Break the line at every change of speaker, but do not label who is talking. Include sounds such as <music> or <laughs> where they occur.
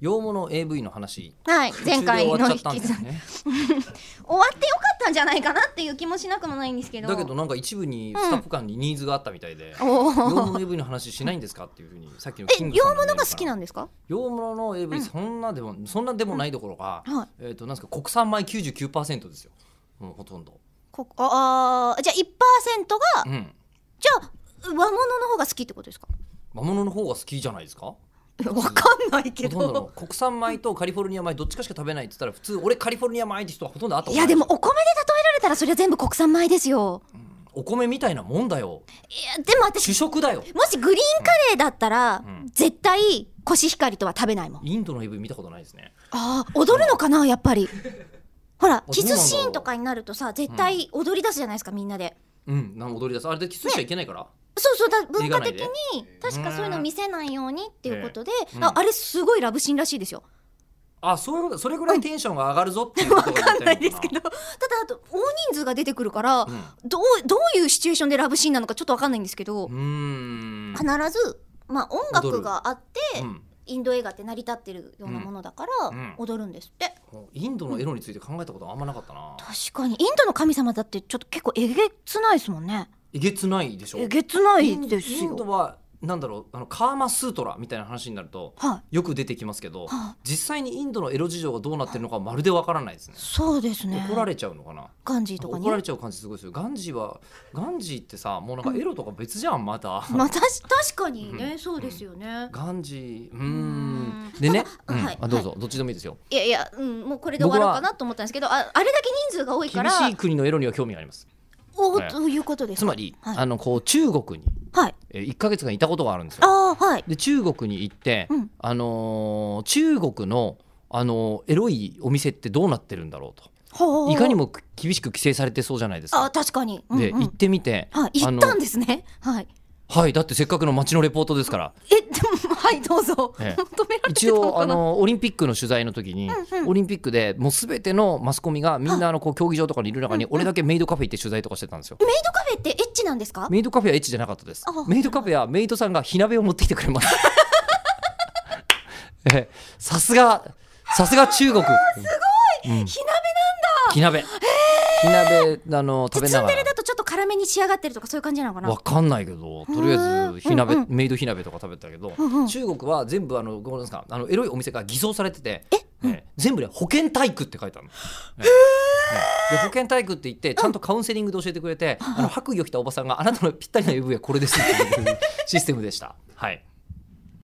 洋物 AV の話
はい、前回の
終わ
引
っ
き
ちゃったんです
続
よ
き
ね
終わってよかったんじゃないかなっていう気もしなくもないんですけど
だけどなんか一部にスタッフ間にニーズがあったみたいで、
おー
洋物 AV の話しないんですかっていうふうにさっきの
え
キング
洋
さん
物が好きなんんですか
洋物の AV そんなでも、そんなでもないどころか、
うんはい
えっ、となんですか国産米99%ですよ、うん、ほとんど
こああーじゃあ1%が
うん
じゃあ和物の方が好きってことですか
魔物の方が好きじゃないですか
えわかんないけ
ほとんどの
ど
国産米とカリフォルニア米どっちかしか食べないって言ったら普通俺カリフォルニア米って人はほとんどあったこ
い
とない
やでもお米で例えられたらそれは全部国産米ですよ
お米みたいなもんだよ
いやでも私
主食だよ
もしグリーンカレーだったら、
うん
絶対コシヒカリとは食べないもん
インドの AV 見たことないですね
あー踊るのかなやっぱりほら
う
キ
なんだ
ス
ろう
シーンとかになるとさ絶対踊り出すじゃないですかみんなで
うんなんか踊り出すあれでキスしちゃいけないから、
そうそうだ文化的
映画
に確かそういうの見せないようにっていうことで、
えうん
ああれすごいラブシーンらしいですよ
あそうそれぐらいテンションが上がるぞっていうことが言いた
ないい
のかな
ですけどただあと大人数が出てくるから、
うん
どうどういうシチュエーションでラブシーンなのかちょっとわかんないんですけど、
うーん
必ず、まあ、音楽があって、
うん
インド映画って成り立ってるようなものだから、
うん
踊るんですって
インドのエロについて考えたことはあんまなかったな
確かにインドの神様だってちょっと結構えげつないですもんね
えげつないでしょ
えげつな
イ
い
ン
です
インド
よ
はなんだろうあのカーマスートラみたいな話になると
はい
よく出てきますけど、
は
実際にインドのエロ事情がどうなってるのかはまるでわからないですね
そうですね
怒られちゃうのかな
ガンジーとかに
怒られちゃう感じすごいですよガンジーはガンジーってさもうなんかエロとか別じゃんまた、
まあ、たし確かにね、
うん
そうですよね、
ガンジーうー
ん
んでね、
ただ
うん
はい
あどうぞ、どっちでもいいですよ
いやいや、うん、もうこれで終わろうかなと思ったんですけどああれだけ人数が多いか
厳
ら
しい国のエロには興味があります
お
はい
ということです
つ
か
まり、
はい
あのこう中国に
はい
えー1か月間いたことがあるんですよ
ああはい
で中国に行って、
うん
あのー中国のあのーエロいお店ってどうなってるんだろうと
ほう
いかにも厳しく規制されてそうじゃないです
あ
か
確かに、うんうん
で行ってみて、
はい、行っ
の
たんですねはい
はいだってせっかくの街のレポートですから
えでもはいどうぞ、
ええ
<laughs> 求められ
<laughs>
て
一
たの
応
か
あ
な
のオリンピックの取材の時に、
うんうん
オリンピックでもうすべてのマスコミがみんなあのこう競技場とかにいる中に、俺だけメイドカフェ行って取材とかしてたんですよ。
メイドカフェってエッチなんですか
メイドカフェはエッチじゃなかったです
あ。
メイドカフェはメイドさんが火鍋を持ってきてくれました。 <laughs> ええさすがさすが中国。すごい、
火
火鍋。火鍋あの食べ
ツ
な
ン
が
デレ
ら。
だとちょっと辛めに仕上がってるとかそういう感じなのかな
わかんないけどとりあえず火鍋、
うん
メイド火鍋とか食べてたけど、
うんうん
中国は全部あのごめんなさいあのエロいお店が偽造されてて
え
ええ全部で保健体育って書いてあるの。ええええで保健体育って言ってちゃんとカウンセリングで教えてくれて、あの白衣を着たおばさんがあなたのぴったりの AV はこれですっていうシステムでした。はい